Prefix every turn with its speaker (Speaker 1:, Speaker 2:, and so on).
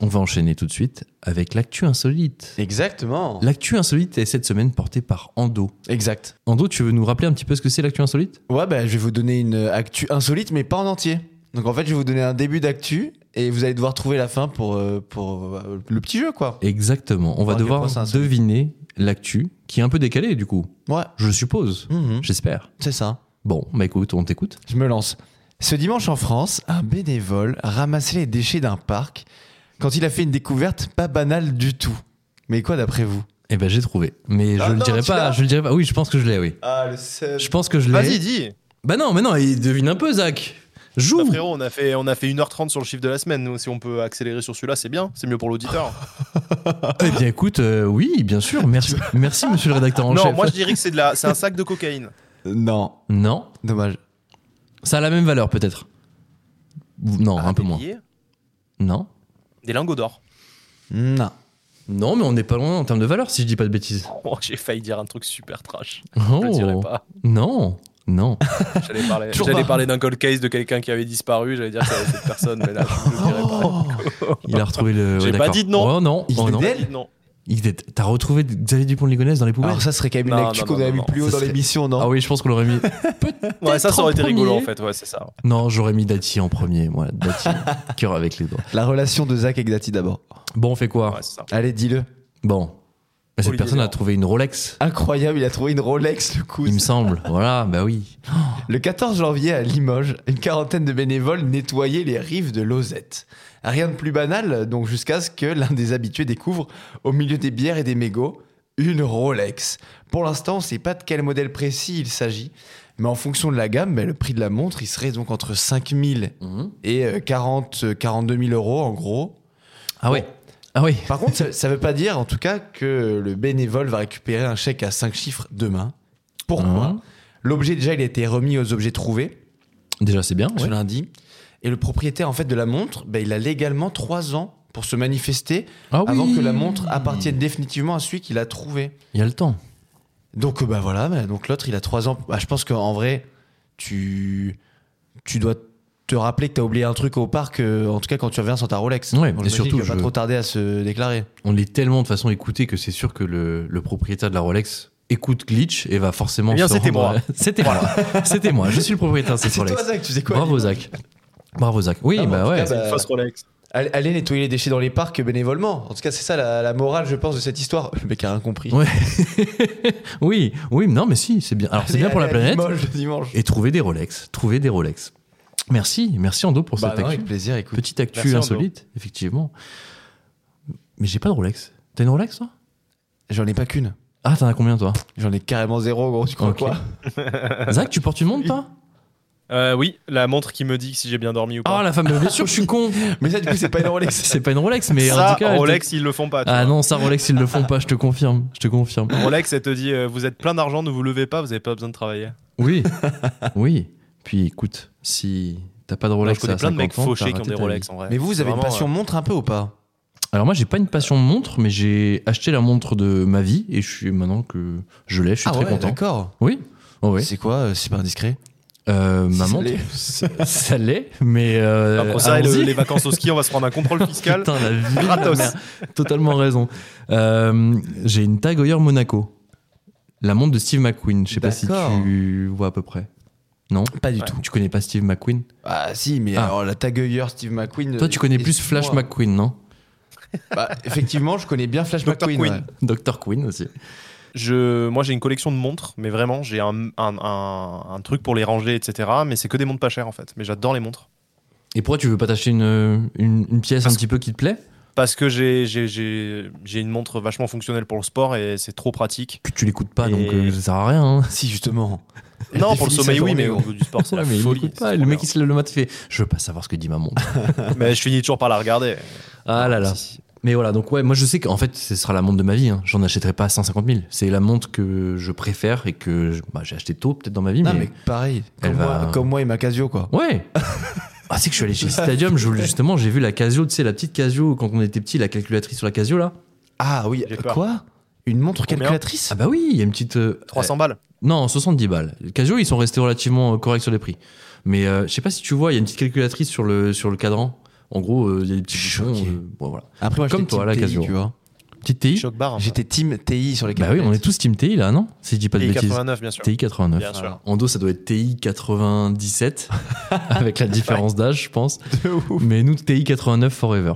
Speaker 1: On va enchaîner tout de suite avec l'actu insolite.
Speaker 2: Exactement.
Speaker 1: L'actu insolite est cette semaine portée par Ando.
Speaker 2: Exact.
Speaker 1: Ando, tu veux nous rappeler un petit peu ce que c'est l'actu insolite
Speaker 2: Ouais, bah, je vais vous donner une actu insolite, mais pas en entier. Donc en fait, je vais vous donner un début d'actu et vous allez devoir trouver la fin pour, euh, pour euh, le petit jeu, quoi.
Speaker 1: Exactement. On va
Speaker 2: À quel point c'est
Speaker 1: devoir
Speaker 2: insolite.
Speaker 1: deviner l'actu qui est un peu décalée du coup.
Speaker 2: Ouais,
Speaker 1: Je suppose.
Speaker 2: Mhm.
Speaker 1: J'espère.
Speaker 2: c'est ça.
Speaker 1: Bon, bah écoute, on t'écoute.
Speaker 2: Je me lance. Ce dimanche en France, un bénévole ramassait les déchets d'un parc quand il a fait une découverte pas banale du tout. Mais quoi d'après vous
Speaker 1: Eh ben j'ai trouvé. Mais
Speaker 2: Ah
Speaker 1: je le
Speaker 2: non,
Speaker 1: dirai
Speaker 2: tu
Speaker 1: pas.
Speaker 2: l'as
Speaker 1: Je le dirai pas. Oui, je pense que je l'ai, oui.
Speaker 2: Ah, le seul.
Speaker 1: Je pense que je l'ai.
Speaker 3: Euh, Vas-y, dis.
Speaker 1: Bah non, mais non, il devine un peu, Zach. Joue
Speaker 3: Bah, frérot, on a, fait, on a fait 1h30 sur le chiffre de la semaine. Nous, si on peut accélérer sur celui-là, c'est bien. C'est mieux pour l'auditeur.
Speaker 1: Eh bien écoute, euh, oui, bien sûr. Merci, merci monsieur le rédacteur en
Speaker 3: non,
Speaker 1: chef.
Speaker 3: moi, je dirais que c'est de la- c'est un sac de cocaïne.
Speaker 2: Non,
Speaker 1: Non,
Speaker 2: dommage.
Speaker 1: ça a la même valeur peut-être. Non, un peu
Speaker 3: Ah, Des
Speaker 1: moins.
Speaker 3: billets,
Speaker 1: Non.
Speaker 3: Des lingots d'or.
Speaker 2: Non.
Speaker 1: Non, mais on n'est pas loin en termes de valeur, si je dis pas de bêtises.
Speaker 3: Oh, J'ai failli dire un truc super trash.
Speaker 1: Oh.
Speaker 3: Je le dirais pas.
Speaker 1: Non, non.
Speaker 3: J'allais parler,
Speaker 2: Toujours
Speaker 3: j'allais
Speaker 2: pas.
Speaker 3: parler d'un cold case de quelqu'un qui avait disparu. J'allais dire que c'était cette personne, mais là, je le dirais pas.
Speaker 1: Oh. Il a retrouvé le.
Speaker 3: J'ai
Speaker 1: ouais,
Speaker 3: pas
Speaker 1: d'accord.
Speaker 3: dit de non.
Speaker 1: Oh non,
Speaker 2: Il
Speaker 1: oh, non.
Speaker 2: était-
Speaker 3: Non.
Speaker 1: Il était- T'as retrouvé Xavier Dupont de Ligonnès dans les poubelles
Speaker 2: Alors ça serait quand même une
Speaker 3: Non,
Speaker 2: actu
Speaker 3: non,
Speaker 2: qu'on
Speaker 3: non,
Speaker 2: avait
Speaker 3: non,
Speaker 2: mis
Speaker 3: non.
Speaker 2: plus haut
Speaker 1: Ça
Speaker 2: dans
Speaker 1: serait-
Speaker 2: l'émission, Ah, non
Speaker 1: Ah oui, je pense qu'on l'aurait mis.
Speaker 3: Ouais, ça, ça
Speaker 1: en
Speaker 3: aurait été rigolo en
Speaker 1: premier.
Speaker 3: fait. Ouais, c'est ça.
Speaker 1: Non, j'aurais mis Dati en premier, moi. Dati, cœur avec les doigts.
Speaker 2: La relation de Zach et Dati d'abord.
Speaker 1: Bon, on fait quoi
Speaker 3: Ouais, c'est ça.
Speaker 2: Allez, dis-le.
Speaker 1: Bon. Bah, cette
Speaker 3: Olivier
Speaker 1: personne a
Speaker 3: Véran.
Speaker 1: trouvé une Rolex,
Speaker 2: Incroyable, il a trouvé une Rolex, le coup.
Speaker 1: il me semble. Voilà, bah oui.
Speaker 2: Le 14 janvier à Limoges, une quarantaine de bénévoles nettoyaient les rives de l'Ozette. Rien de plus banal, donc jusqu'à ce que l'un des habitués découvre, au milieu des bières et des mégots, une Rolex. Pour l'instant, on ne sait pas de quel modèle précis il s'agit, mais en fonction de la gamme, bah, le prix de la montre, il serait donc entre 5000
Speaker 3: Mhm.
Speaker 2: et euh, 40, euh, 42 000 euros en gros.
Speaker 1: Ah oui. Ah oui.
Speaker 2: Par contre, ça- ça ne veut pas dire en tout cas que le bénévole va récupérer un chèque à 5 chiffres demain. Pourquoi
Speaker 1: Hein.
Speaker 2: L'objet déjà, il a été remis aux objets trouvés
Speaker 1: Déjà, c'est bien.
Speaker 2: ce
Speaker 1: ouais.
Speaker 2: lundi. Et le propriétaire en fait de la montre, ben, il a légalement 3 ans pour se manifester
Speaker 1: Ah oui.
Speaker 2: avant que la montre appartienne définitivement à celui qui l'a trouvée.
Speaker 1: Il y a le temps.
Speaker 2: Donc euh, bah voilà, bah, donc l'autre il a 3 ans. Bah, je pense qu'en vrai, tu tu dois te rappeler que tu as oublié un truc au parc euh, en tout cas quand tu reviens sans ta Rolex.
Speaker 1: Ouais, et
Speaker 2: j'imagine
Speaker 1: surtout,
Speaker 2: qu'il va
Speaker 1: je-
Speaker 2: pas trop tarder à se déclarer.
Speaker 1: On est tellement de façon écoutée que c'est sûr que le, le propriétaire de la Rolex écoute Glitch et va forcément.
Speaker 3: Eh bien,
Speaker 1: se
Speaker 3: c'était
Speaker 1: rendre-
Speaker 3: moi.
Speaker 1: c'était moi. C'était moi. Je suis le propriétaire de cette
Speaker 2: C'est toi
Speaker 1: Rolex.
Speaker 2: Zach, tu sais quoi
Speaker 1: Bravo Zach. Bravo Zach. Oui,
Speaker 2: Ah, mais en
Speaker 1: bah
Speaker 2: tout
Speaker 1: ouais.
Speaker 2: cas, bah,
Speaker 3: Une fausse Rolex.
Speaker 2: Allez, allez nettoyer les déchets dans les parcs bénévolement. En tout cas, c'est ça la, la morale, je pense, de cette histoire. Le mec a rien compris.
Speaker 1: Ouais. oui, oui, non, mais si, c'est bien. Alors c'est
Speaker 2: Allez,
Speaker 1: bien pour la
Speaker 2: allez
Speaker 1: planète
Speaker 2: à Limoges le dimanche.
Speaker 1: et trouver des Rolex, trouver des Rolex. Merci, merci Ando pour
Speaker 2: Bah
Speaker 1: cette
Speaker 2: non,
Speaker 1: actu.
Speaker 2: avec plaisir, écoute.
Speaker 1: Petite actu
Speaker 3: Merci, Ando.
Speaker 1: insolite, effectivement. Mais j'ai pas de Rolex. T'as une Rolex toi
Speaker 2: J'en ai pas qu'une.
Speaker 1: Ah, t'en as combien toi
Speaker 2: J'en ai carrément zéro, gros, tu crois
Speaker 1: Ok.
Speaker 2: quoi
Speaker 1: Zach, tu portes une montre toi
Speaker 3: Euh, oui, la montre qui me dit si j'ai bien dormi ou
Speaker 1: Ah
Speaker 3: pas.
Speaker 1: la femme, bien sûr, je suis con.
Speaker 2: Mais ça, du coup, c'est pas une Rolex.
Speaker 1: C'est pas une Rolex, mais
Speaker 3: ça,
Speaker 1: en tout cas, elle te-
Speaker 3: Rolex, ils le font pas. tu
Speaker 1: Ah
Speaker 3: vois.
Speaker 1: non, ça Rolex, ils le font pas, je te confirme, je te confirme.
Speaker 3: Rolex, elle te dit euh, vous êtes plein d'argent, ne vous levez pas, vous avez pas besoin de travailler.
Speaker 1: Oui, oui. Puis écoute, si t'as pas de
Speaker 3: Moi,
Speaker 1: Rolex,
Speaker 3: je connais
Speaker 1: à
Speaker 3: plein de mecs
Speaker 1: 50 ans, t'as
Speaker 3: fauchés qui ont
Speaker 1: raté ta
Speaker 3: des
Speaker 1: vie.
Speaker 3: Rolex en vrai.
Speaker 2: Mais vous, vous
Speaker 3: C'est
Speaker 2: avez une
Speaker 3: vraiment,
Speaker 2: passion montre un peu ou pas
Speaker 1: Alors moi, j'ai pas une passion montre, mais j'ai acheté la montre de ma vie et je suis maintenant que je l'ai, je suis
Speaker 2: Ah
Speaker 1: très
Speaker 2: ouais,
Speaker 1: content.
Speaker 2: D'accord.
Speaker 1: Oui, oh oui.
Speaker 2: C'est quoi euh, C'est pas indiscret
Speaker 1: Euh, ma
Speaker 2: ça
Speaker 1: montre,
Speaker 2: l'est.
Speaker 1: c'est- ça l'est, mais euh,
Speaker 3: euh, Après ça, le-
Speaker 1: allons-y.
Speaker 3: les vacances au ski, on va se prendre un contrôle fiscal.
Speaker 1: Putain, la vie,
Speaker 3: Gratos.
Speaker 1: merde. Totalement raison. Euh, j'ai une Tag Heuer Monaco, la montre de Steve McQueen. Je sais pas si
Speaker 2: D'accord.
Speaker 1: tu vois à peu près. Non,
Speaker 2: Pas du
Speaker 3: Ouais. Euh,
Speaker 2: tout.
Speaker 1: tu connais pas Steve McQueen.
Speaker 2: Ah si, mais
Speaker 1: Ah.
Speaker 2: alors la tagueur Steve McQueen.
Speaker 1: Toi,
Speaker 2: euh,
Speaker 1: tu connais plus
Speaker 2: excuse-moi.
Speaker 1: Flash McQueen, non
Speaker 2: Bah, effectivement, je connais bien Flash
Speaker 3: Dr.
Speaker 2: McQueen.
Speaker 3: Queen.
Speaker 2: ouais.
Speaker 1: Dr. Queen aussi.
Speaker 3: Je, moi, j'ai une collection de montres, mais vraiment, j'ai un, un- un- un truc pour les ranger, etc. Mais c'est que des montres pas chères en fait. Mais j'adore les montres.
Speaker 1: Et pourquoi tu veux pas t'acheter une, une, une pièce un petit peu qui te plaît
Speaker 3: Parce que j'ai- j'ai j'ai- j'ai une montre vachement fonctionnelle pour le sport et c'est trop pratique.
Speaker 1: Puis tu l'écoutes pas, donc
Speaker 3: Et-
Speaker 1: euh, ça sert à rien. hein.
Speaker 2: Si, justement. Elle
Speaker 3: Non, pour
Speaker 2: définit
Speaker 3: le
Speaker 2: sa
Speaker 3: sommeil, oui,
Speaker 2: journée,
Speaker 3: mais
Speaker 2: gros.
Speaker 3: au niveau du sport, c'est
Speaker 1: Ouais,
Speaker 3: la
Speaker 1: mais il
Speaker 3: folie.
Speaker 1: l'écoute
Speaker 3: c'est
Speaker 1: pas. et
Speaker 3: trop
Speaker 1: Le mec, il
Speaker 3: bien.
Speaker 1: se lève le matin, il fait Je veux pas savoir ce que dit ma montre.
Speaker 3: Mais je finis toujours par la regarder.
Speaker 1: Ah là là.
Speaker 3: Si, si.
Speaker 1: Mais voilà, donc ouais, moi je sais qu'en fait, ce sera la montre de ma vie. hein. J'en achèterai pas à 150 000. C'est la montre que je préfère et que je- bah, j'ai acheté tôt, peut-être dans ma vie.
Speaker 2: Non,
Speaker 1: mais...
Speaker 2: mais pareil.
Speaker 1: Elle
Speaker 2: Comme,
Speaker 1: va-
Speaker 2: moi, comme moi et ma Casio, quoi.
Speaker 1: Ouais Ah, c'est que je suis allé chez Stadium, je voulais- justement, j'ai vu la Casio, tu sais, la petite Casio, quand on était petit, la calculatrice sur la Casio là.
Speaker 2: Ah oui,
Speaker 3: J'ai peur.
Speaker 2: quoi Une montre
Speaker 3: Combien
Speaker 2: calculatrice
Speaker 1: Ah bah oui, il y a une petite. euh,
Speaker 3: 300 balles.
Speaker 1: Non, 70 balles. Casio, ils sont restés relativement euh, corrects sur les prix. Mais euh, je sais pas si tu vois, il y a une petite calculatrice sur le, sur le cadran. En gros, euh, il y a des petits
Speaker 2: Choqué.
Speaker 1: boutons. euh, bon, voilà.
Speaker 2: Après, moi,
Speaker 1: Comme
Speaker 2: j'étais
Speaker 1: toi,
Speaker 2: team
Speaker 1: la
Speaker 2: TI,
Speaker 1: Casio.
Speaker 2: Tu vois.
Speaker 1: Petite TI
Speaker 3: Choc barre.
Speaker 2: J'étais team TI sur les
Speaker 1: Bah oui, on est tous Team TI là, non Si je dis pas de
Speaker 3: Et
Speaker 1: bêtises.
Speaker 3: 89, bien sûr.
Speaker 1: TI 89.
Speaker 3: Bien sûr.
Speaker 1: En dos, ça doit être TI 97, avec la différence d'âge, je pense.
Speaker 2: de ouf.
Speaker 1: Mais nous, TI 89 Forever.